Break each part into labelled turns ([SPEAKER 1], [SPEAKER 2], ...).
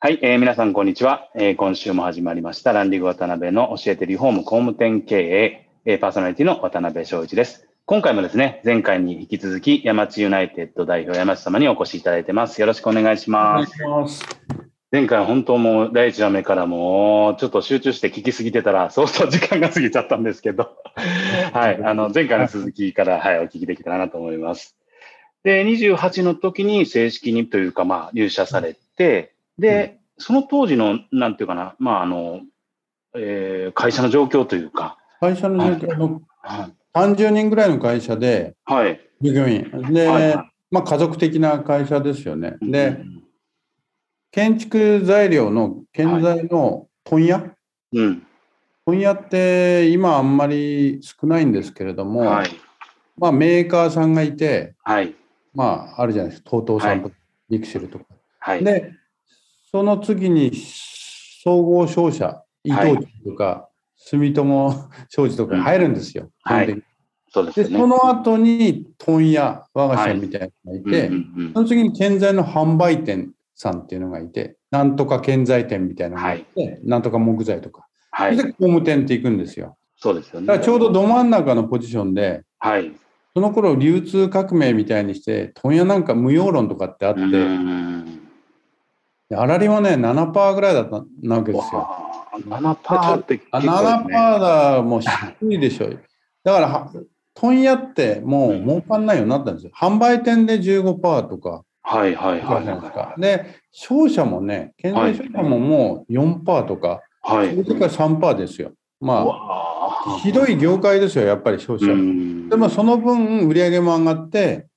[SPEAKER 1] はい、えー皆さん、こんにちは、えー今週も始まりました、ランディング渡辺の教えてリフォーム工務店経営、えーパーソナリティの渡辺翔一です。今回もですね、前回に引き続き、山地ユナイテッド代表、山地様にお越しいただいてます。よろしくお願いし
[SPEAKER 2] お願
[SPEAKER 1] ま
[SPEAKER 2] い
[SPEAKER 1] す。
[SPEAKER 2] します。
[SPEAKER 1] 前回、本当もう、第一話目からもう、ちょっと集中して聞きすぎてたら、相当時間が過ぎちゃったんですけ ど、はい、あの、前回の続きから、はい、お聞きできたらなと思います。で、28の時に正式にというか、まあ、入社されて、で、その当時の、なんていうかな、まあ、あの、えー会社の状況というか、
[SPEAKER 2] 会社の状況の
[SPEAKER 1] は
[SPEAKER 2] 30人ぐらいの会社で、
[SPEAKER 1] はい。
[SPEAKER 2] 従業員。で、
[SPEAKER 1] はい
[SPEAKER 2] まあ、家族的な会社ですよね。
[SPEAKER 1] う
[SPEAKER 2] で、
[SPEAKER 1] ん
[SPEAKER 2] 建築材料の建材の問屋、
[SPEAKER 1] うん。
[SPEAKER 2] 問屋って今あんまり少ないんですけれども、
[SPEAKER 1] はい。
[SPEAKER 2] まあ、メーカーさんがいて、
[SPEAKER 1] はい。
[SPEAKER 2] まあ、あるじゃないですか、TOTO さんとか、リクシルとか。
[SPEAKER 1] はい。
[SPEAKER 2] で、その次に総合商社、伊
[SPEAKER 1] はい
[SPEAKER 2] 藤町とか、住友商事とか入るんですよ。
[SPEAKER 1] はい
[SPEAKER 2] 基本的に
[SPEAKER 1] そうです
[SPEAKER 2] で、
[SPEAKER 1] よね。
[SPEAKER 2] その後に問屋、和菓子屋みたいなのがいて、
[SPEAKER 1] うんうん
[SPEAKER 2] その次に建材の販売店さんっていうのがいて、なんとか建材店みたいなのがいて、なんとか木材とか、
[SPEAKER 1] は
[SPEAKER 2] それ
[SPEAKER 1] い
[SPEAKER 2] で。工務店って行くんですよ。
[SPEAKER 1] そうですよね。
[SPEAKER 2] だからちょうどど真ん中のポジションで、
[SPEAKER 1] はい。
[SPEAKER 2] その頃流通革命みたいにして、問屋なんか無用論とかってあって、
[SPEAKER 1] うん
[SPEAKER 2] であらりはね、7%ぐらいだったなわけですよ。
[SPEAKER 1] わあ7%って結構
[SPEAKER 2] あ
[SPEAKER 1] ですね
[SPEAKER 2] 7%だ、もう低いでしょ。 だからは、問屋ってもう儲かんないようになったんですよ。販売店で15%とか、
[SPEAKER 1] はいはい
[SPEAKER 2] そう
[SPEAKER 1] は
[SPEAKER 2] じ
[SPEAKER 1] い
[SPEAKER 2] ゃないですか。で、商社もね、建材商社ももう4%とか、
[SPEAKER 1] は
[SPEAKER 2] それ
[SPEAKER 1] い。
[SPEAKER 2] から3%ですよ。まあ、
[SPEAKER 1] わ
[SPEAKER 2] ひどい業界ですよ、やっぱり商社。
[SPEAKER 1] うん
[SPEAKER 2] でもその分、売り上げも上がって、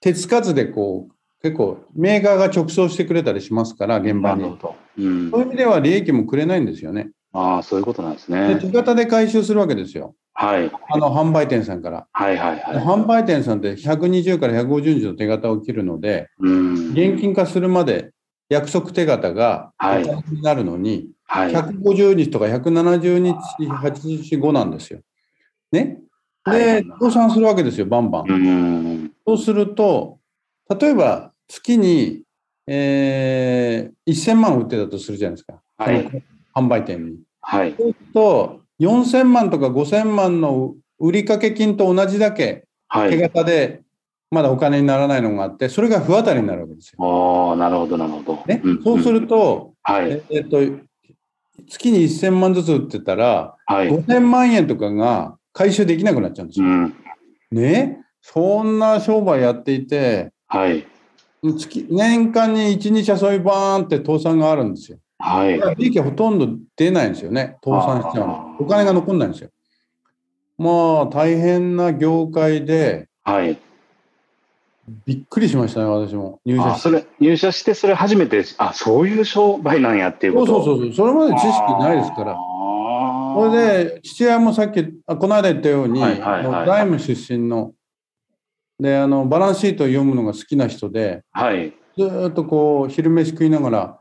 [SPEAKER 2] 手つかずでこう、結構メーカーが直送してくれたりしますから、現場
[SPEAKER 1] なるほ
[SPEAKER 2] に。
[SPEAKER 1] ど。うん
[SPEAKER 2] そういう意味では利益もくれないんですよね。
[SPEAKER 1] ああ、そういうことなんです
[SPEAKER 2] で、
[SPEAKER 1] ね。
[SPEAKER 2] 手形で回収するわけですよ。
[SPEAKER 1] はい。
[SPEAKER 2] あの、販売店さんから。
[SPEAKER 1] はいはいはい。
[SPEAKER 2] 販売店さんって120から150日の手形を切るので、
[SPEAKER 1] うん。
[SPEAKER 2] 現金化するまで約束手形が
[SPEAKER 1] はい
[SPEAKER 2] お金になるのに、
[SPEAKER 1] はい。
[SPEAKER 2] 150日とか170日、80日後なんですよ。ね。
[SPEAKER 1] は
[SPEAKER 2] で
[SPEAKER 1] い、
[SPEAKER 2] 倒産するわけですよ、バンバン
[SPEAKER 1] う。ん。
[SPEAKER 2] そうすると、例えば月に、えー1000万売ってたとするじゃないですか、
[SPEAKER 1] はい。
[SPEAKER 2] 販売店に。
[SPEAKER 1] はい。
[SPEAKER 2] そうすると、4000万とか5000万の売掛金と同じだけ
[SPEAKER 1] は
[SPEAKER 2] 手
[SPEAKER 1] い。
[SPEAKER 2] 形でまだお金にならないのがあって、それが不当たりになるわけですよ。
[SPEAKER 1] ああ、なるほどなるほど。
[SPEAKER 2] ね
[SPEAKER 1] ん、
[SPEAKER 2] そうす。
[SPEAKER 1] ん
[SPEAKER 2] ると、
[SPEAKER 1] はい。
[SPEAKER 2] ええっと、月に1000万ずつ売ってたら、
[SPEAKER 1] はい。
[SPEAKER 2] 5000万円とかが回収できなくなっちゃうんです
[SPEAKER 1] う
[SPEAKER 2] よ。
[SPEAKER 1] ん。
[SPEAKER 2] ねそんな商売やっていて、
[SPEAKER 1] はい。
[SPEAKER 2] 月年間に1、2社そういうバーンって倒産があるんですよ。
[SPEAKER 1] はい。
[SPEAKER 2] 利益ほとんど出ないんですよね、倒産しちゃう
[SPEAKER 1] あ
[SPEAKER 2] の。
[SPEAKER 1] ー
[SPEAKER 2] お金が残んないんですよ。まあ、大変な業界で、
[SPEAKER 1] はい。
[SPEAKER 2] びっくりしましたね、私も。入社
[SPEAKER 1] あ
[SPEAKER 2] して。
[SPEAKER 1] それ、入社して、それ初めて、あ、そういう商売なんやっていう
[SPEAKER 2] そ
[SPEAKER 1] こ
[SPEAKER 2] う
[SPEAKER 1] と。
[SPEAKER 2] そうそううそう、それまで知識ないですから。そ
[SPEAKER 1] そ
[SPEAKER 2] れで、父親もさっき、あこの間言ったように、
[SPEAKER 1] はいはいはい
[SPEAKER 2] あの財務出身の、であの、バランスシートを読むのが好きな人で、
[SPEAKER 1] はい。
[SPEAKER 2] ずーっとこう、昼飯食いながら、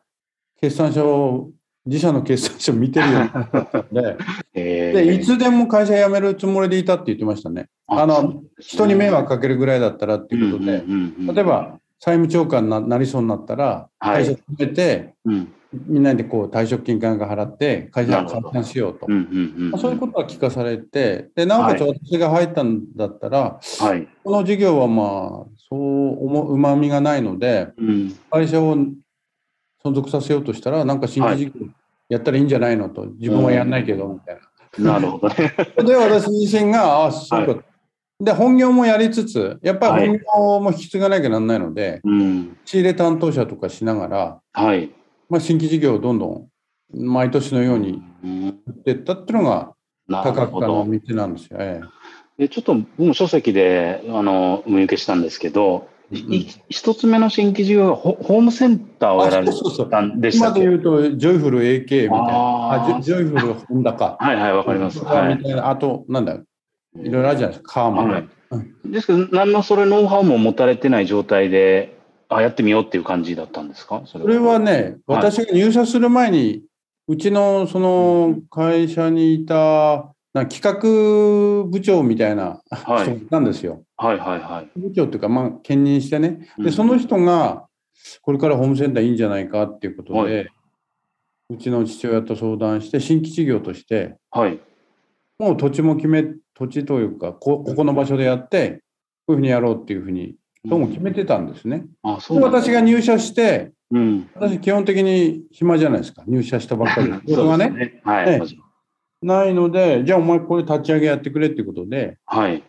[SPEAKER 2] 決算書を、自社の決算書を見てるようになったの で、
[SPEAKER 1] え
[SPEAKER 2] でいつでも会社辞めるつもりでいたって言ってましたね。あの人に迷惑かけるぐらいだったらっていうことで、例え、ば債務長官にななりそうになったら、
[SPEAKER 1] はい
[SPEAKER 2] 会社辞めて、
[SPEAKER 1] そうですね
[SPEAKER 2] みんなでこう退職金かなんか払って、会社
[SPEAKER 1] な
[SPEAKER 2] を
[SPEAKER 1] るほど
[SPEAKER 2] 解散しようと
[SPEAKER 1] うんう。んうんうん
[SPEAKER 2] ま
[SPEAKER 1] うん、
[SPEAKER 2] あそういうことは聞かされて、でなおかつ私が入ったんだったら、
[SPEAKER 1] と。はい。
[SPEAKER 2] この事業はまあ、そう思ううまみがないので、
[SPEAKER 1] うん、
[SPEAKER 2] 会社を存続させようとしたら、なんか新規事業やったらいいんじゃないのと、自分はやんないけどみたいな。
[SPEAKER 1] なるほど ね。
[SPEAKER 2] で、私自身が、あそうか、で、本業もやりつつ、やっぱり本業も引き継がなきゃなんないので、
[SPEAKER 1] うん。
[SPEAKER 2] 仕入れ担当者とかしながら、
[SPEAKER 1] はい。
[SPEAKER 2] まあ、新規事業をどんどん毎年のように
[SPEAKER 1] うん
[SPEAKER 2] 売っていったっていうのが、
[SPEAKER 1] なる
[SPEAKER 2] 高
[SPEAKER 1] ほ
[SPEAKER 2] 価の
[SPEAKER 1] ど。
[SPEAKER 2] 道なんですよ。ええ
[SPEAKER 1] でちょっと僕も書籍であのお見受けしたんですけど、い一つ目の新規事業はホホームセンターをやられたんでした
[SPEAKER 2] 今
[SPEAKER 1] っ
[SPEAKER 2] で
[SPEAKER 1] け
[SPEAKER 2] 言うと、ジョイフル AK みたいな。あ
[SPEAKER 1] あー
[SPEAKER 2] ジョジョイフルホンダか。
[SPEAKER 1] はいはい、わかります。は
[SPEAKER 2] み
[SPEAKER 1] い。
[SPEAKER 2] たいなあと、なんだ、いろいろあるじゃないですか。カーマン。
[SPEAKER 1] はいですけど、何のそれノウハウも持たれてない状態で、あ、やってみようっていう感じだったんですかそ
[SPEAKER 2] それはね、
[SPEAKER 1] はい
[SPEAKER 2] 私が入社する前に、うちのその会社にいた、なんか企画部長みたいな
[SPEAKER 1] は
[SPEAKER 2] 人
[SPEAKER 1] い。
[SPEAKER 2] なんですよ。
[SPEAKER 1] はいはいはい。
[SPEAKER 2] 部長っていうか、まあ、兼任してね。
[SPEAKER 1] う
[SPEAKER 2] で、
[SPEAKER 1] ん
[SPEAKER 2] その人が、これからホームセンターいいんじゃないかっていうことで、
[SPEAKER 1] は
[SPEAKER 2] うちの父親と相談して、新規事業として、
[SPEAKER 1] はい。
[SPEAKER 2] もう土地も決め、土地というか、こここの場所でやって、こういうふうにやろうっていうふうに、どうも決めてたんですね。
[SPEAKER 1] あ、そう
[SPEAKER 2] で
[SPEAKER 1] なんだ
[SPEAKER 2] 私が入社して、
[SPEAKER 1] うん。
[SPEAKER 2] 私、基本的に暇じゃないですか、入社したばっかりで。仕事が
[SPEAKER 1] そう
[SPEAKER 2] ね、
[SPEAKER 1] ですね。は
[SPEAKER 2] ええ
[SPEAKER 1] い。もちろん
[SPEAKER 2] ないので、じゃあ、お前、これ立ち上げやってくれっていうことで、
[SPEAKER 1] はい。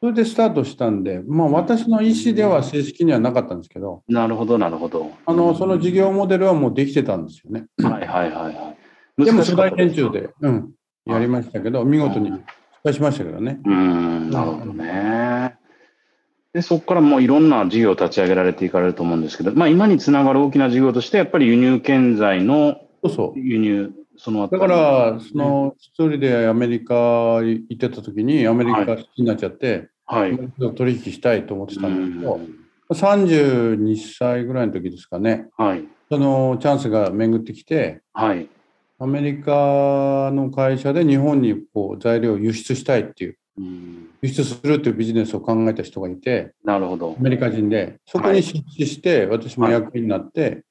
[SPEAKER 2] それでスタートしたんで、まあ、私の意思では正式にはなかったんですけど、
[SPEAKER 1] なるほど、なるほど。
[SPEAKER 2] あのその事業モデルはもうできてたんですよね。
[SPEAKER 1] はいはいはいはい。
[SPEAKER 2] でも、初
[SPEAKER 1] かっ
[SPEAKER 2] 代
[SPEAKER 1] た
[SPEAKER 2] 研
[SPEAKER 1] す
[SPEAKER 2] 修。で、うん、やりましたけど、見事に失敗しましたけどね。
[SPEAKER 1] うん、なるほどね。で、そこからもういろんな事業を立ち上げられていかれると思うんですけど、まあ今につながる大きな事業として、やっぱり輸入建材の
[SPEAKER 2] そうそう
[SPEAKER 1] 輸入、そのあ
[SPEAKER 2] だから、そ、の一人でアメリカ行ってた時に、アメリカ好きになっちゃって、
[SPEAKER 1] はい。
[SPEAKER 2] アメリカと取引したいと思ってた
[SPEAKER 1] うん
[SPEAKER 2] だけど、
[SPEAKER 1] ん
[SPEAKER 2] 32歳ぐらいの時ですかね、
[SPEAKER 1] はい。
[SPEAKER 2] そのチャンスが巡ってきて、
[SPEAKER 1] はい。
[SPEAKER 2] アメリカの会社で日本にこう材料を輸出したいっていう、
[SPEAKER 1] うん
[SPEAKER 2] 輸出するっていうビジネスを考えた人がいて、
[SPEAKER 1] なるほど
[SPEAKER 2] ア。メリカ人で、そこ
[SPEAKER 1] は
[SPEAKER 2] に
[SPEAKER 1] い
[SPEAKER 2] 出資して、私も役員になって、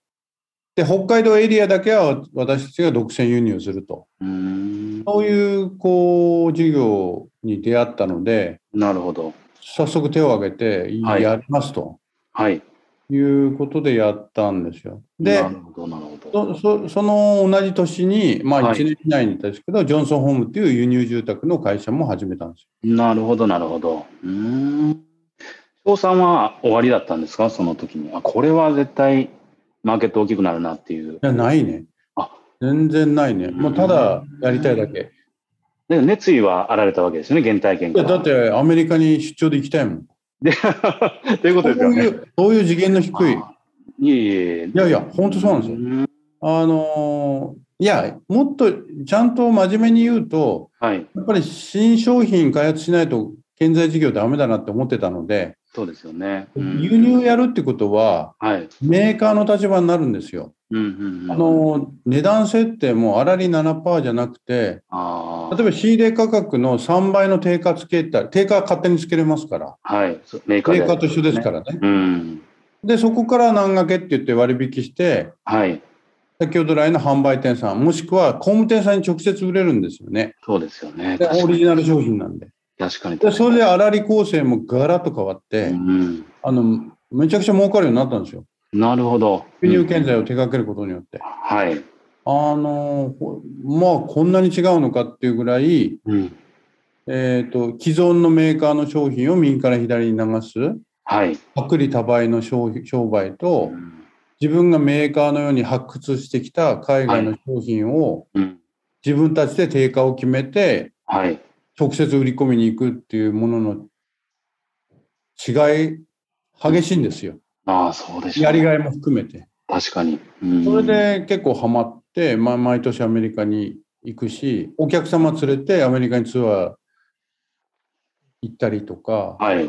[SPEAKER 2] で、北海道エリアだけは私たちが独占輸入すると、
[SPEAKER 1] うん。
[SPEAKER 2] そういうこう事業に出会ったので、
[SPEAKER 1] なるほど。
[SPEAKER 2] 早速手を挙げて、
[SPEAKER 1] はい
[SPEAKER 2] やりますと
[SPEAKER 1] はい。
[SPEAKER 2] いうことでやったんですよ。で、
[SPEAKER 1] なるほど、なるほど。
[SPEAKER 2] そそその同じ年に、まあ、
[SPEAKER 1] はい
[SPEAKER 2] 1年以内にですけど、ジョンソンホームっていう輸入住宅の会社も始めたんですよ。
[SPEAKER 1] なるほど、なるほど。うーん。翔さんは終わりだったんですかその時に。あ、これは絶対マーケット大きくなるなっていう。
[SPEAKER 2] いやないね
[SPEAKER 1] あ。
[SPEAKER 2] 全然ないね。もうただやりたいだけ。
[SPEAKER 1] で熱意はあられたわけですよね、原体験
[SPEAKER 2] い
[SPEAKER 1] か
[SPEAKER 2] や
[SPEAKER 1] ら。
[SPEAKER 2] だってアメリカに出張で行きたいもん。
[SPEAKER 1] て。ということで
[SPEAKER 2] そう
[SPEAKER 1] すよ
[SPEAKER 2] い
[SPEAKER 1] ね。
[SPEAKER 2] うそういう次元の低い。い
[SPEAKER 1] あいえいえいえ。
[SPEAKER 2] やいや、本当そうなんですよ。
[SPEAKER 1] よ。
[SPEAKER 2] あのーいや、もっとちゃんと真面目に言うと、
[SPEAKER 1] はい、
[SPEAKER 2] やっぱり新商品開発しないと建材事業ダメだなって思ってたので、
[SPEAKER 1] そうですよね。うん
[SPEAKER 2] 輸入やるってことは、
[SPEAKER 1] はい。
[SPEAKER 2] メーカーの立場になるんですよ。
[SPEAKER 1] うんうんうん、
[SPEAKER 2] あの値段設定も粗利7%じゃなくて、
[SPEAKER 1] あー
[SPEAKER 2] 例えば仕入れ価格の3倍の定価つけた定価は勝手につけれますから、
[SPEAKER 1] はい、そうメーカー
[SPEAKER 2] 定
[SPEAKER 1] で
[SPEAKER 2] 価と一緒ですからね。
[SPEAKER 1] うん。
[SPEAKER 2] で、そこから何掛けって言って割引して、
[SPEAKER 1] はい、
[SPEAKER 2] 先ほど来の販売店さん、もしくは工務店さんに直接売れるんですよね。
[SPEAKER 1] そうですよね。
[SPEAKER 2] で
[SPEAKER 1] 確か
[SPEAKER 2] オリジ
[SPEAKER 1] に。
[SPEAKER 2] ナル商品なんで。
[SPEAKER 1] 確かに
[SPEAKER 2] で、それで粗利構成もガラッと変わって、
[SPEAKER 1] うん、
[SPEAKER 2] あの、めちゃくちゃ儲かるようになったんですよ。
[SPEAKER 1] なるほど。
[SPEAKER 2] 輸入
[SPEAKER 1] うん
[SPEAKER 2] 建材を手掛けることによって。
[SPEAKER 1] はい。
[SPEAKER 2] あの、ほまあ、こんなに違うのかっていうぐらい、
[SPEAKER 1] うん、
[SPEAKER 2] えー、と既存のメーカーの商品を右から左に流す
[SPEAKER 1] はい。
[SPEAKER 2] 薄利多売の商品商売と自分がメーカーのように発掘してきた海外の商品を
[SPEAKER 1] うん、
[SPEAKER 2] 自分たちで定価を決めて
[SPEAKER 1] はい。
[SPEAKER 2] 直接売り込みに行くっていうものの違い激しいんですよ
[SPEAKER 1] ああ、そうでしょう
[SPEAKER 2] やりがいも含めて
[SPEAKER 1] 確かに。うん
[SPEAKER 2] それ、で結構ハマって、まあ、毎年アメリカに行くしお客様連れてアメリカにツアー行ったりとか
[SPEAKER 1] はい、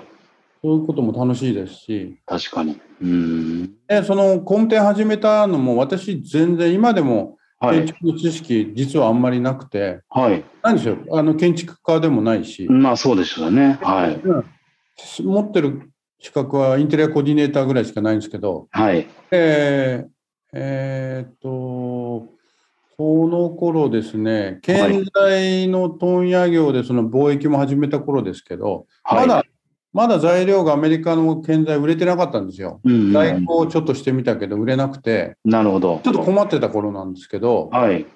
[SPEAKER 2] そういうことも楽しいですし、
[SPEAKER 1] 確かに。うん、
[SPEAKER 2] でその工務店始めたのも、私、全然今でも
[SPEAKER 1] は
[SPEAKER 2] 建
[SPEAKER 1] い、
[SPEAKER 2] 築の知識、実はあんまりなくて、
[SPEAKER 1] はい。
[SPEAKER 2] なんですよ、あの建築家でもないし、
[SPEAKER 1] まあ、そうでしょうね。はい、
[SPEAKER 2] うん持ってる資格はインテリアコーディネーターぐらいしかないんですけど、
[SPEAKER 1] はい、
[SPEAKER 2] えーえーっと、その頃ですね、建材の問屋業でその貿易も始めた頃ですけど、
[SPEAKER 1] はい。
[SPEAKER 2] まだ、まだ材料がアメリカの建材売れてなかったんですよ。
[SPEAKER 1] うんうん
[SPEAKER 2] 在庫をちょっとしてみたけど売れなくて
[SPEAKER 1] なるほど
[SPEAKER 2] ちょ。っと困ってた頃なんですけど
[SPEAKER 1] はい。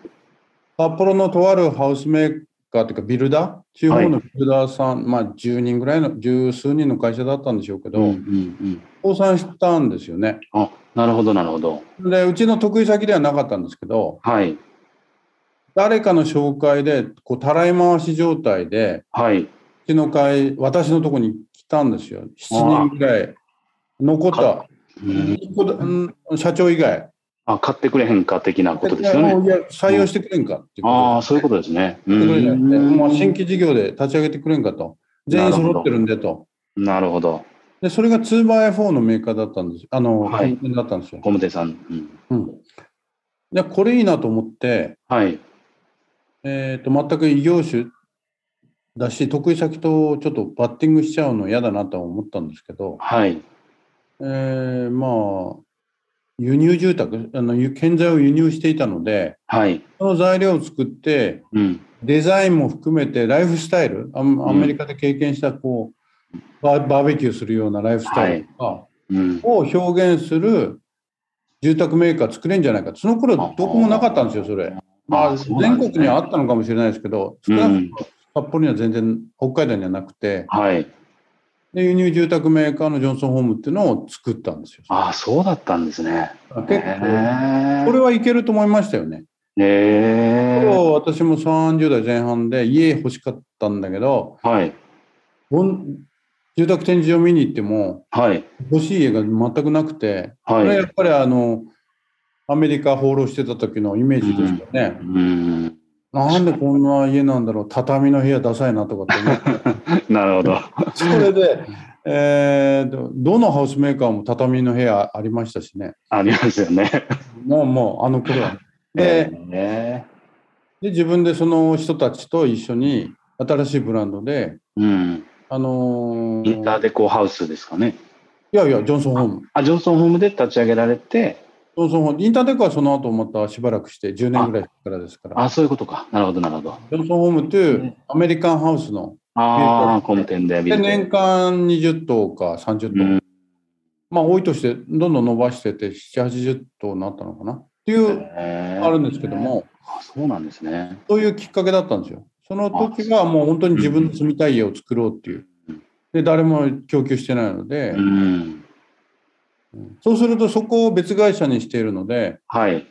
[SPEAKER 2] 札幌のとあるハウスメーカーというかビルダー地方のビルダーさん、まあ10人ぐらいの十数人の会社だったんでしょうけど、
[SPEAKER 1] うんうんうん。
[SPEAKER 2] 倒産したんですよね
[SPEAKER 1] あ、なるほど、なるほど。
[SPEAKER 2] でうちの得意先ではなかったんですけど
[SPEAKER 1] はい。
[SPEAKER 2] 誰かの紹介でこうたらい回し状態で
[SPEAKER 1] はい。
[SPEAKER 2] うちの会私のとこに来たんですよ7人ぐらい残った。
[SPEAKER 1] うん
[SPEAKER 2] 一個だうん社長以外。
[SPEAKER 1] あ、買ってくれへんか的なことですよね。
[SPEAKER 2] いや採用してくれんかっていうこと
[SPEAKER 1] ああ、そういうことですね。う
[SPEAKER 2] やってくれない
[SPEAKER 1] ん
[SPEAKER 2] でもう新規事業で立ち上げてくれんかと。全員揃ってるんでと。
[SPEAKER 1] なるほど。
[SPEAKER 2] で、それが 2x4 のメーカーだったんです。あの、
[SPEAKER 1] はい
[SPEAKER 2] コンテンツだったんですよ。
[SPEAKER 1] 小室さん。うん
[SPEAKER 2] うん。で、これいいなと思って、
[SPEAKER 1] はい。
[SPEAKER 2] えっ、と、全く異業種だし、得意先とちょっとバッティングしちゃうの嫌だなとは思ったんですけど、
[SPEAKER 1] はい。
[SPEAKER 2] えーまあ、輸入住宅、あの、ゆ建材を輸入していたので、
[SPEAKER 1] はい。
[SPEAKER 2] その材料を作って、
[SPEAKER 1] うん。
[SPEAKER 2] デザインも含めてライフスタイル、ア
[SPEAKER 1] ん
[SPEAKER 2] アメリカで経験したこうバーバーベキューするようなライフスタイルとか
[SPEAKER 1] うん。
[SPEAKER 2] を表現する住宅メーカー作れんじゃないか、その頃どこもなかったんですよ、それ。まあ、
[SPEAKER 1] そうな
[SPEAKER 2] 全
[SPEAKER 1] んで
[SPEAKER 2] 国
[SPEAKER 1] すね
[SPEAKER 2] にはあったのかもしれないですけど、少なくとも札幌には全然、北海道にはなくて、
[SPEAKER 1] はい。
[SPEAKER 2] で輸入住宅メーカーのジョンソンホームっていうのを作ったんですよ。
[SPEAKER 1] ああ、そうだったんですね。
[SPEAKER 2] 結構、
[SPEAKER 1] へえ
[SPEAKER 2] これはいけると思いましたよね。
[SPEAKER 1] へえ
[SPEAKER 2] 頃私も30代前半で家欲しかったんだけど、
[SPEAKER 1] はい。
[SPEAKER 2] ぼん住宅展示場見に行っても
[SPEAKER 1] はい。
[SPEAKER 2] 欲しい家が全くなくて、これ
[SPEAKER 1] は
[SPEAKER 2] やっ
[SPEAKER 1] い。
[SPEAKER 2] ぱりあのアメリカ放浪してた時のイメージですよね
[SPEAKER 1] う、ん。
[SPEAKER 2] なんでこんな家なんだろう畳の部屋ダサいなとかって思って
[SPEAKER 1] なるほど。
[SPEAKER 2] それで、えーとどのハウスメーカーも畳の部屋ありましたしね
[SPEAKER 1] ありますよね。
[SPEAKER 2] もうもうあの頃は。で
[SPEAKER 1] ね。
[SPEAKER 2] で自分でその人たちと一緒に新しいブランドで、
[SPEAKER 1] うん。
[SPEAKER 2] あのー
[SPEAKER 1] インターデコハウスですかね。
[SPEAKER 2] いやいやジョンソンホーム
[SPEAKER 1] あ、ジョンソンホームで立ち上げられて、
[SPEAKER 2] ジョンソンホームインターテックはその後またしばらくして10年ぐらいからですから
[SPEAKER 1] あ、そういうことか。なるほど、なるほど。
[SPEAKER 2] ジョンソンホームという
[SPEAKER 1] ね
[SPEAKER 2] アメリカンハウスの、
[SPEAKER 1] ああ、コムテンでビ
[SPEAKER 2] で
[SPEAKER 1] ル
[SPEAKER 2] 年
[SPEAKER 1] で。
[SPEAKER 2] 間20棟か30棟、
[SPEAKER 1] うん
[SPEAKER 2] まあ多いとしてどんどん伸ばしてて、7、80棟になったのかなっていう、
[SPEAKER 1] へー
[SPEAKER 2] あるんですけど。も、
[SPEAKER 1] あそうなんですね。
[SPEAKER 2] そういうきっかけだったんですよ。その時はもう本当に自分の住みたい家を作ろうっていう
[SPEAKER 1] うん。
[SPEAKER 2] で、誰も供給してないので
[SPEAKER 1] う、ん。
[SPEAKER 2] そうするとそこを別会社にしているので、
[SPEAKER 1] はい。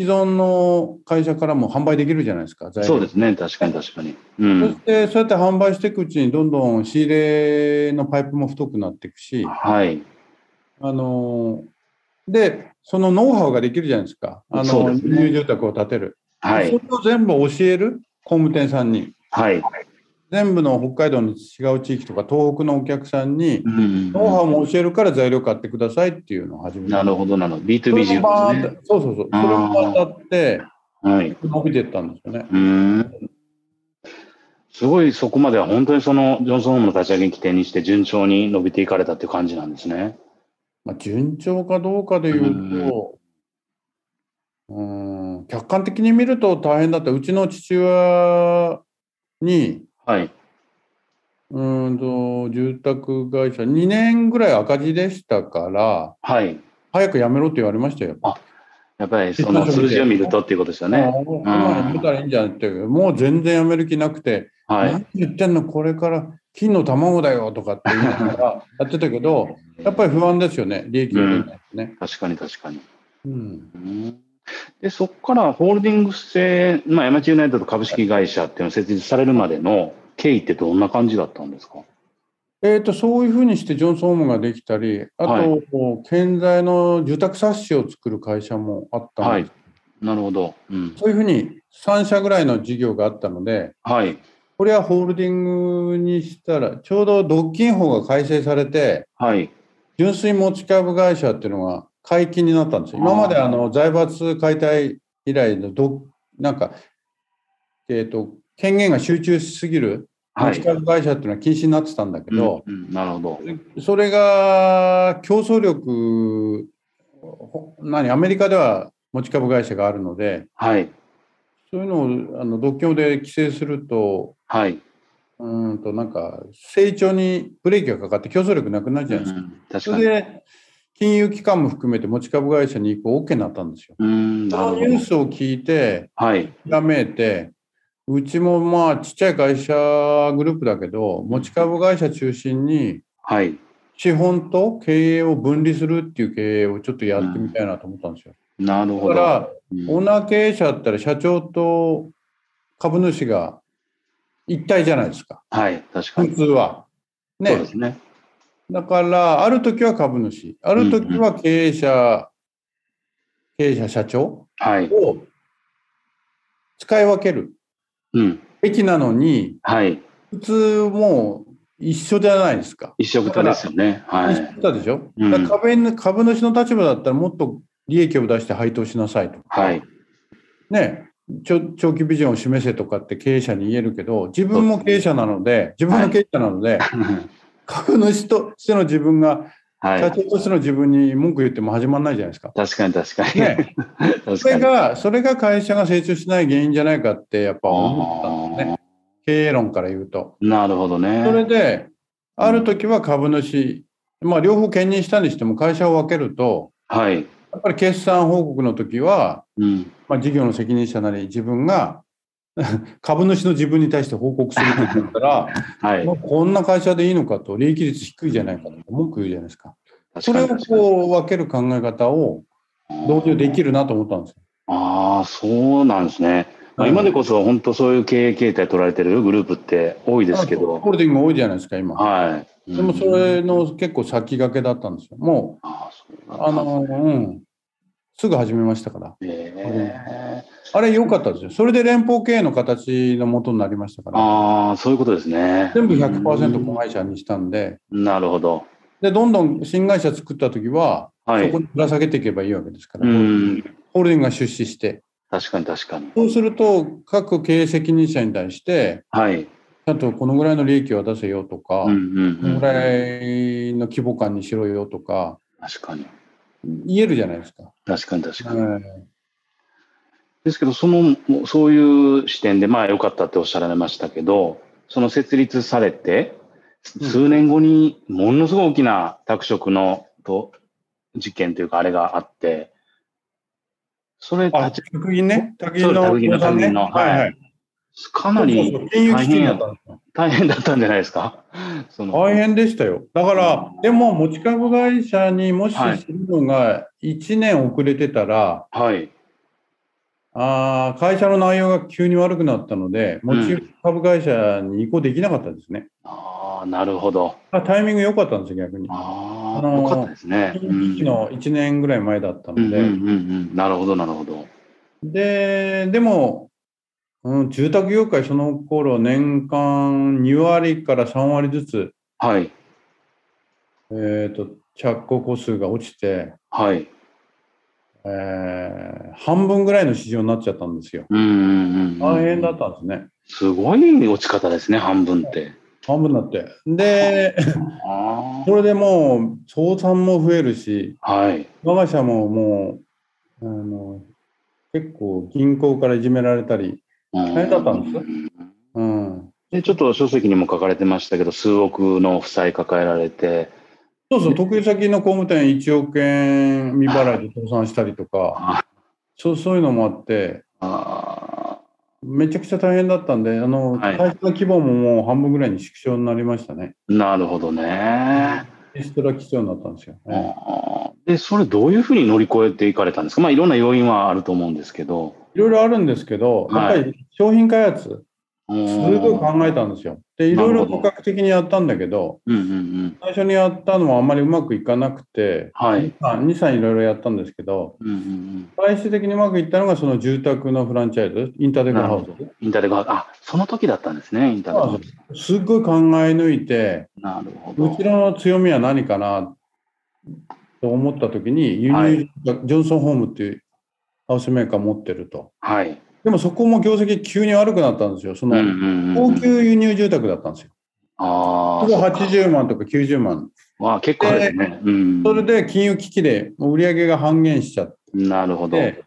[SPEAKER 2] 既存の会社からも販売できるじゃないですか、材料
[SPEAKER 1] そうですね。確かに確かに。う
[SPEAKER 2] そし
[SPEAKER 1] ん。
[SPEAKER 2] て、そうやって販売していくうちに、どんどん仕入れのパイプも太くなっていくし、
[SPEAKER 1] はい。
[SPEAKER 2] あのーで、そのノウハウができるじゃないですか。あ
[SPEAKER 1] そう
[SPEAKER 2] の、
[SPEAKER 1] です
[SPEAKER 2] 輸
[SPEAKER 1] ね
[SPEAKER 2] 入住宅を建てる。
[SPEAKER 1] は
[SPEAKER 2] そ
[SPEAKER 1] い。
[SPEAKER 2] れを全部教える工務店さんに、
[SPEAKER 1] はい。
[SPEAKER 2] 全部の北海道の違う地域とか東北のお客さんに、
[SPEAKER 1] うん
[SPEAKER 2] ノウハウも教えるから材料買ってくださいっていうのを始め
[SPEAKER 1] な
[SPEAKER 2] た。
[SPEAKER 1] るほど、なるほど。B2B
[SPEAKER 2] それ
[SPEAKER 1] 事
[SPEAKER 2] がバ
[SPEAKER 1] 業
[SPEAKER 2] ーン
[SPEAKER 1] です
[SPEAKER 2] っ
[SPEAKER 1] ね。
[SPEAKER 2] てそうそうそう。それが当たって
[SPEAKER 1] はい。
[SPEAKER 2] 伸びていったんですよね。
[SPEAKER 1] うん。すごい、そこまでは本当にその、ジョンソンホームの立ち上げに起点にして順調に伸びていかれたっていう感じなんですね。
[SPEAKER 2] まあ、順調かどうかでいうと、うん、客観的に見ると大変だった。うちの父親に、
[SPEAKER 1] はい。
[SPEAKER 2] うーんと、住宅会社、2年ぐらい赤字でしたから、
[SPEAKER 1] はい。
[SPEAKER 2] 早く辞めろって言われましたよ。
[SPEAKER 1] やっぱりその数字を見るとっていうことですよね。
[SPEAKER 2] もうこんなのやってたらいいんじゃないっていう、もう全然辞める気なくて、
[SPEAKER 1] はい。
[SPEAKER 2] 何言ってんの、これから金の卵だよとかって言いながらやってたけど、やっぱり不安ですよね、利益が出ないとね。
[SPEAKER 1] 確かに確かに。
[SPEAKER 2] うん
[SPEAKER 1] うんで、そこからホールディングス制、まあ、山地ユナイテッド株式会社っていうのを設立されるまでの経緯ってどんな感じだったんですか
[SPEAKER 2] えー、とそういうふうにしてジョンソンホームができたり、あと、
[SPEAKER 1] は
[SPEAKER 2] 建材の住宅冊子を作る会社もあったので、
[SPEAKER 1] はいなるほど。うん。
[SPEAKER 2] そういうふうに3社ぐらいの事業があったので、
[SPEAKER 1] はい。
[SPEAKER 2] これはホールディングにしたら、ちょうど独禁法が改正されて、
[SPEAKER 1] はい。
[SPEAKER 2] 純粋持ち株会社っていうのが解禁になったんですよ。今まで
[SPEAKER 1] あー
[SPEAKER 2] あの財閥解体以来のど、なんか、えーと、権限が集中しすぎる
[SPEAKER 1] は
[SPEAKER 2] 持ち
[SPEAKER 1] い。
[SPEAKER 2] 株会社っていうのは禁止になってたんだけど、
[SPEAKER 1] うんうんなるほど。
[SPEAKER 2] それが競争力、ほ何、アメリカでは持ち株会社があるので、
[SPEAKER 1] はい。
[SPEAKER 2] そういうのをあの独協で規制すると、
[SPEAKER 1] はい。
[SPEAKER 2] うーんとなんか成長にブレーキがかかって競争力なくなるじゃないですか。
[SPEAKER 1] うん確
[SPEAKER 2] そ
[SPEAKER 1] か
[SPEAKER 2] れ
[SPEAKER 1] に。
[SPEAKER 2] で金融機関も含めて持ち株会社に移行 OK になったんですよ。
[SPEAKER 1] うん、
[SPEAKER 2] そ
[SPEAKER 1] なる
[SPEAKER 2] の
[SPEAKER 1] ほ
[SPEAKER 2] ニ
[SPEAKER 1] ど
[SPEAKER 2] ュー。スを聞いて、
[SPEAKER 1] はい。
[SPEAKER 2] ひらめいて、うちもまあちっちゃい会社グループだけど、持ち株会社中心に
[SPEAKER 1] はい。
[SPEAKER 2] 資本と経営を分離するっていう経営をちょっとやってみたいなと思ったんですよ。
[SPEAKER 1] なる
[SPEAKER 2] だ
[SPEAKER 1] ほ
[SPEAKER 2] か
[SPEAKER 1] ど。
[SPEAKER 2] ら、
[SPEAKER 1] うん
[SPEAKER 2] オーナー経営者だったら社長と株主が一体じゃないですか、
[SPEAKER 1] はい。確か
[SPEAKER 2] 普
[SPEAKER 1] に。
[SPEAKER 2] 通は。
[SPEAKER 1] そうで
[SPEAKER 2] ね。
[SPEAKER 1] すね。
[SPEAKER 2] だから、ある時は株主、ある時は経営者、経営者社長
[SPEAKER 1] はい。
[SPEAKER 2] を使い分ける
[SPEAKER 1] うん。
[SPEAKER 2] べきなのに、
[SPEAKER 1] はい。
[SPEAKER 2] 普通もう一緒じゃないですか。
[SPEAKER 1] 一色たですよね。は
[SPEAKER 2] 一緒だ
[SPEAKER 1] い。
[SPEAKER 2] ったでしょ、
[SPEAKER 1] うん
[SPEAKER 2] だから株主株主の立場だったらもっと利益を出して配当しなさいとか、
[SPEAKER 1] はい。
[SPEAKER 2] ね、ちょ長期ビジョンを示せとかって経営者に言えるけど自分も経営者なので自分も経営者なので、株主としての自分が
[SPEAKER 1] は
[SPEAKER 2] 社
[SPEAKER 1] い。
[SPEAKER 2] 長としての自分に文句言っても始まらないじゃないですか。
[SPEAKER 1] 確かに 確かに。
[SPEAKER 2] ね、
[SPEAKER 1] 確
[SPEAKER 2] それ
[SPEAKER 1] かに。
[SPEAKER 2] がそれが会社が成長しない原因じゃないかってやっぱ思ったんですね経営論から言うと。
[SPEAKER 1] あーなるほどね。
[SPEAKER 2] それである時は株主、まあ、両方兼任したにしても会社を分けると
[SPEAKER 1] はい。
[SPEAKER 2] やっぱり決算報告の時は、
[SPEAKER 1] うん。
[SPEAKER 2] まあ、事業の責任者なり自分が 株主の自分に対して報告するって言ったら、
[SPEAKER 1] はい
[SPEAKER 2] も。うこんな会社でいいのかと、利益率低いじゃないかと文句言うじゃないですか。そ
[SPEAKER 1] 確か
[SPEAKER 2] れを
[SPEAKER 1] に確かに
[SPEAKER 2] こう分ける考え方を導入できるなと思ったんですよ。
[SPEAKER 1] ああ、そうなんですね。まあ、今でこそ本当そういう経営形態取られてるグループって多いですけ
[SPEAKER 2] ホー
[SPEAKER 1] ど。
[SPEAKER 2] ルディング多いじゃないですか、今。
[SPEAKER 1] はい。
[SPEAKER 2] でもそ
[SPEAKER 1] うん、
[SPEAKER 2] れの結構先駆けだったんですよ。も
[SPEAKER 1] あーそう
[SPEAKER 2] う、
[SPEAKER 1] なんだ
[SPEAKER 2] あの、うん、すぐ始めましたから。
[SPEAKER 1] ええ
[SPEAKER 2] あれ良かったですよ。それで連邦経営の形のもとになりましたから。
[SPEAKER 1] ああ、そういうことですね。
[SPEAKER 2] 全部100%子会社にしたんで、
[SPEAKER 1] うんなるほど。
[SPEAKER 2] で、どんどん新会社作ったときは、
[SPEAKER 1] は
[SPEAKER 2] そ
[SPEAKER 1] い
[SPEAKER 2] こ。にぶら下げていけばいいわけですから、
[SPEAKER 1] うん。
[SPEAKER 2] ホールディングが出資して、
[SPEAKER 1] 確かに確かに。
[SPEAKER 2] そうすると、各経営責任者に対して、
[SPEAKER 1] はい。
[SPEAKER 2] ちゃんとこのぐらいの利益は出せよとか、
[SPEAKER 1] うんうん
[SPEAKER 2] このぐ
[SPEAKER 1] うん。
[SPEAKER 2] らいの規模感にしろよとか、
[SPEAKER 1] 確かに。
[SPEAKER 2] 言えるじゃないですか。
[SPEAKER 1] 確かに確かに。
[SPEAKER 2] え
[SPEAKER 1] ですけど、その、もうそういう視点で、まあ良かったっておっしゃられましたけど、その設立されて、
[SPEAKER 2] うん
[SPEAKER 1] 数年後にものすごい大きな拓殖のと事件というか、あれがあって、それ
[SPEAKER 2] ーあ、
[SPEAKER 1] 立ち、
[SPEAKER 2] 卓銀ね、卓銀
[SPEAKER 1] そう
[SPEAKER 2] の
[SPEAKER 1] 卓銀の
[SPEAKER 2] さんね
[SPEAKER 1] 卓銀のはい
[SPEAKER 2] はい。
[SPEAKER 1] かな
[SPEAKER 2] そうそうそう金
[SPEAKER 1] り
[SPEAKER 2] 融
[SPEAKER 1] 大
[SPEAKER 2] 危機に
[SPEAKER 1] 変
[SPEAKER 2] な
[SPEAKER 1] や
[SPEAKER 2] ったんですよ
[SPEAKER 1] 大変だったんじゃないですか。その
[SPEAKER 2] 大変でしたよ。だから、でも、持ち株会社にもし
[SPEAKER 1] はい
[SPEAKER 2] するのが1年遅れてたら、
[SPEAKER 1] はい。
[SPEAKER 2] あー会社の内容が急に悪くなったので、
[SPEAKER 1] うん
[SPEAKER 2] 持ち株会社に移行できなかったですね。
[SPEAKER 1] ああ、なるほど。
[SPEAKER 2] あタイミング良かったんですよ、逆に。
[SPEAKER 1] あ
[SPEAKER 2] あ
[SPEAKER 1] あ、
[SPEAKER 2] のー
[SPEAKER 1] よかったですね。う
[SPEAKER 2] 危機
[SPEAKER 1] ん
[SPEAKER 2] の1年ぐらい前だった
[SPEAKER 1] うんう
[SPEAKER 2] の
[SPEAKER 1] ん
[SPEAKER 2] で、
[SPEAKER 1] うんうん。なるほど、なるほど。
[SPEAKER 2] ででも、うん、住宅業界、その頃年間2割から3割ずつ、
[SPEAKER 1] はい。
[SPEAKER 2] えー、と着工個数が落ちて、
[SPEAKER 1] はい。
[SPEAKER 2] えー半分ぐらいの市場になっちゃったんですよ。
[SPEAKER 1] うんうんうんうん。
[SPEAKER 2] 大変だったんですね。
[SPEAKER 1] すごい落ち方ですね、半分って。
[SPEAKER 2] 半分になって。で、
[SPEAKER 1] あ
[SPEAKER 2] それでもう、倒産も増えるし、
[SPEAKER 1] あ。はい。
[SPEAKER 2] 我が社ももうあの結構銀行からいじめられたり、
[SPEAKER 1] 大
[SPEAKER 2] 変だったんですうん、
[SPEAKER 1] でちょっと書籍にも書かれてましたけど、数億の負債抱えられて、
[SPEAKER 2] そうそう、得意先の工務店1億円未払いで倒産したりとか
[SPEAKER 1] あ、
[SPEAKER 2] そうそういうのもあって、
[SPEAKER 1] あ
[SPEAKER 2] めちゃくちゃ大変だったんで、あの
[SPEAKER 1] はい
[SPEAKER 2] 会社の規模ももう半分ぐらいに縮小になりましたね。
[SPEAKER 1] ーなるほどね。
[SPEAKER 2] リストラ基調になったんですよ。ええ
[SPEAKER 1] あーで、それどういうふうに乗り越えていかれたんですかまあ、いろんな要因はあると思うんですけど。
[SPEAKER 2] いろいろあるんですけど、やっ
[SPEAKER 1] は
[SPEAKER 2] ぱ
[SPEAKER 1] い
[SPEAKER 2] り商品開発、
[SPEAKER 1] す
[SPEAKER 2] すごい考えたんですよ。で、いろいろ本格的にやったんだけど、
[SPEAKER 1] うんうんうん。
[SPEAKER 2] 最初にやったのはあんまりうまくいかなくて、
[SPEAKER 1] はい。
[SPEAKER 2] まあ2、3いろいろやったんですけど、
[SPEAKER 1] うんうんうん。
[SPEAKER 2] 最終的にうまくいったのが、その住宅のフランチャイズ、インターテックハウ
[SPEAKER 1] インターネットあ、その時だったんですね、インターネット
[SPEAKER 2] ス。すっごい考え抜いて、
[SPEAKER 1] なるほ
[SPEAKER 2] う
[SPEAKER 1] ど
[SPEAKER 2] ち。の強みは何かなと思った時に、輸入、
[SPEAKER 1] はい
[SPEAKER 2] ジョンソンホームっていうハウスメーカー持ってると。
[SPEAKER 1] はい。
[SPEAKER 2] でもそこも業績急に悪くなったんですよ。そ
[SPEAKER 1] うんう
[SPEAKER 2] の
[SPEAKER 1] んう
[SPEAKER 2] 高
[SPEAKER 1] んうん。
[SPEAKER 2] 級輸入住宅だったんですよ。
[SPEAKER 1] あ
[SPEAKER 2] そこ
[SPEAKER 1] あ。
[SPEAKER 2] 80万とか90万。
[SPEAKER 1] まあ、結構あれですね。うん。
[SPEAKER 2] それで金融危機でもう売り上げが半減しちゃって
[SPEAKER 1] なるほど。
[SPEAKER 2] で、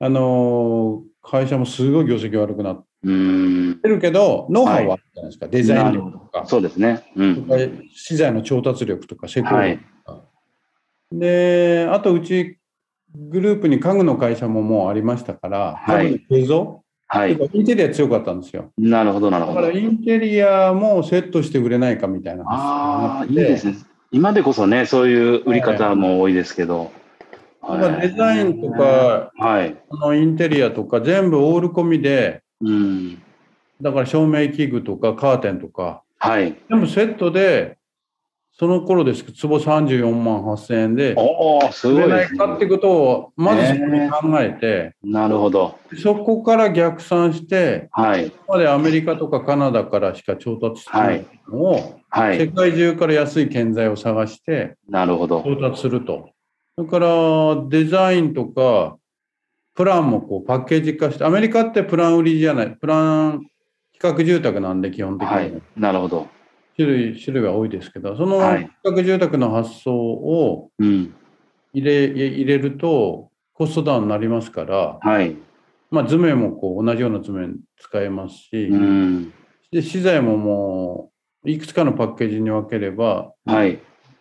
[SPEAKER 2] あのー会社もすごい業績悪くなっ
[SPEAKER 1] うーん。
[SPEAKER 2] てるけど、ノウハウはあるじゃないですか、デザイン力とか、
[SPEAKER 1] そうですね。う
[SPEAKER 2] そ
[SPEAKER 1] ん。
[SPEAKER 2] れから資材の調達力とか、施工
[SPEAKER 1] はい
[SPEAKER 2] 力とか、で、あとうち、グループに家具の会社ももうありましたから、
[SPEAKER 1] はい
[SPEAKER 2] 家具の製造、
[SPEAKER 1] は
[SPEAKER 2] て
[SPEAKER 1] い。
[SPEAKER 2] かインテリア強かったんですよ。
[SPEAKER 1] なるほど、なる
[SPEAKER 2] だ
[SPEAKER 1] ほ
[SPEAKER 2] から
[SPEAKER 1] ど。
[SPEAKER 2] インテリアもセットして売れないかみたいな
[SPEAKER 1] ああ、
[SPEAKER 2] 話
[SPEAKER 1] いい
[SPEAKER 2] になって
[SPEAKER 1] ですね。今でこそね、そういう売り方も多いですけど。
[SPEAKER 2] だからデザインと。か、
[SPEAKER 1] はい。
[SPEAKER 2] あのインテリアとか、全部オール込みで、
[SPEAKER 1] うん。
[SPEAKER 2] だから照明器具とかカーテンとか、
[SPEAKER 1] はい。
[SPEAKER 2] 全部セットでその頃ですけど、坪34万8000円で、
[SPEAKER 1] おお、す
[SPEAKER 2] 売
[SPEAKER 1] ご
[SPEAKER 2] れ
[SPEAKER 1] い
[SPEAKER 2] な
[SPEAKER 1] で
[SPEAKER 2] い
[SPEAKER 1] す
[SPEAKER 2] かって
[SPEAKER 1] ね。
[SPEAKER 2] ことを、まずそこに考えて、
[SPEAKER 1] なるほど。
[SPEAKER 2] そこから逆算して、
[SPEAKER 1] はい。
[SPEAKER 2] ここまでアメリカとかカナダからしか調達してないのを、
[SPEAKER 1] は
[SPEAKER 2] 世
[SPEAKER 1] い。
[SPEAKER 2] 界中から安い建材を探して
[SPEAKER 1] なるほど。
[SPEAKER 2] 調達すると。それからデザインとか、プランもこうパッケージ化して、アメリカってプラン売りじゃない、プラン企画住宅なんで基本的には、
[SPEAKER 1] はい。なるほど。
[SPEAKER 2] 種類、種類は多いですけど、その
[SPEAKER 1] はい
[SPEAKER 2] 企画住宅の発想を
[SPEAKER 1] うん。
[SPEAKER 2] 入れ入れるとコストダウンになりますから、
[SPEAKER 1] はい。
[SPEAKER 2] まあ、図面もこう同じような図面使えますし、
[SPEAKER 1] うん。
[SPEAKER 2] で資材ももういくつかのパッケージに分ければ、
[SPEAKER 1] はい。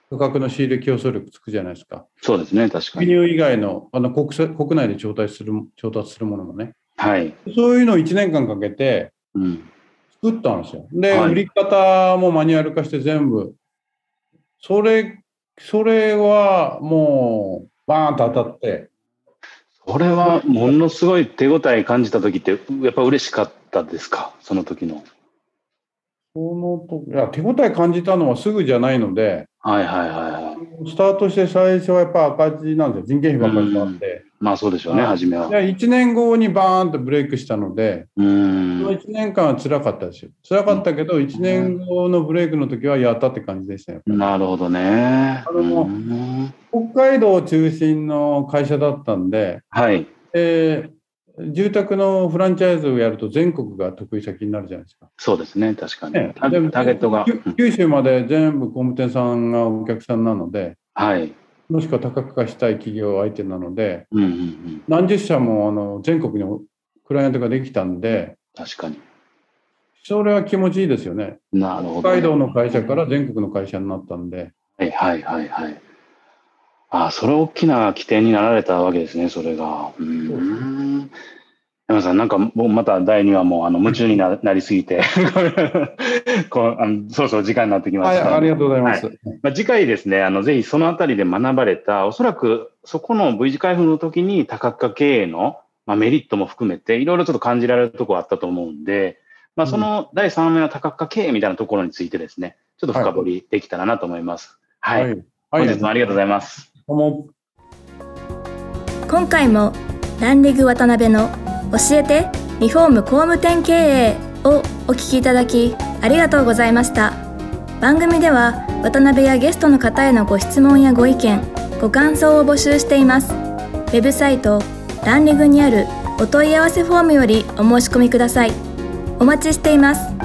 [SPEAKER 2] 価格の仕入れ競争力つくじゃないですか。
[SPEAKER 1] そうですね。確か
[SPEAKER 2] 輸
[SPEAKER 1] に。
[SPEAKER 2] 入以外のあの国際国内で調達する調達するものもね。
[SPEAKER 1] はい。
[SPEAKER 2] そういうのを1年間かけて
[SPEAKER 1] うん。
[SPEAKER 2] 作ったんですよ。で、
[SPEAKER 1] はい
[SPEAKER 2] 売り方もマニュアル化して全部。それ、それはもうバーンと当たって、
[SPEAKER 1] これはものすごい手応え感じた時って、やっぱ嬉しかったですかその時の。
[SPEAKER 2] そのといや手応え感じたのはすぐじゃないので、
[SPEAKER 1] はいはいはいはい。
[SPEAKER 2] スタートして最初はやっぱ赤字なんですよ。人件費ばっかりかかって。
[SPEAKER 1] まあそうでしょうね、
[SPEAKER 2] はい
[SPEAKER 1] 初めは。
[SPEAKER 2] で1年後にバーンとブレイクしたので、
[SPEAKER 1] う
[SPEAKER 2] その
[SPEAKER 1] ん。
[SPEAKER 2] 1年間は辛かったですよ。辛かったけど、1年後のブレイクの時はやったって感じでしたよ。
[SPEAKER 1] なるほどね。
[SPEAKER 2] あのもう
[SPEAKER 1] うん
[SPEAKER 2] 北海道を中心の会社だったんで、
[SPEAKER 1] はい。
[SPEAKER 2] えー住宅のフランチャイズをやると全国が得意先になるじゃないですか。
[SPEAKER 1] そうですね、確かに。
[SPEAKER 2] ね
[SPEAKER 1] タタ
[SPEAKER 2] でも
[SPEAKER 1] ーゲットが。
[SPEAKER 2] きゅ九州まで全部工務店さんがお客さんなので、
[SPEAKER 1] はい。
[SPEAKER 2] もしくは多角化したい企業相手なので、
[SPEAKER 1] うんうんうん。
[SPEAKER 2] 何十社もあの全国にクライアントができたんで、
[SPEAKER 1] 確かに。
[SPEAKER 2] それは気持ちいいですよね。
[SPEAKER 1] なるほど、
[SPEAKER 2] 北海道の会社から全国の会社になったんで。
[SPEAKER 1] はいはいはいはい。ああ、それ大きな起点になられたわけですね、それが。う。
[SPEAKER 2] そうん
[SPEAKER 1] 山さん、なんか僕また第2話もあの夢中にな なりすぎてこうあの、そろそろ時間になってきま
[SPEAKER 2] は
[SPEAKER 1] し
[SPEAKER 2] い、
[SPEAKER 1] たので。
[SPEAKER 2] ありがとうございます。
[SPEAKER 1] まあ、次回ですね、あのぜひそのあたりで学ばれた、おそらくそこの V 字開封の時に多角化経営の、まあ、メリットも含めて、いろいろちょっと感じられるところあったと思うんで、まあ、その第3目の多角化経営みたいなところについてですね、ちょっと深掘りできたらなと思います。はい。
[SPEAKER 2] はい。
[SPEAKER 1] 本日もありがとうございます。
[SPEAKER 2] どうも
[SPEAKER 3] 今回もランディング渡辺の教えてリフォーム工務店経営をお聞きいただきありがとうございました番組では渡辺やゲストの方へのご質問やご意見ご感想を募集していますウェブサイトランディングにあるお問い合わせフォームよりお申し込みくださいお待ちしています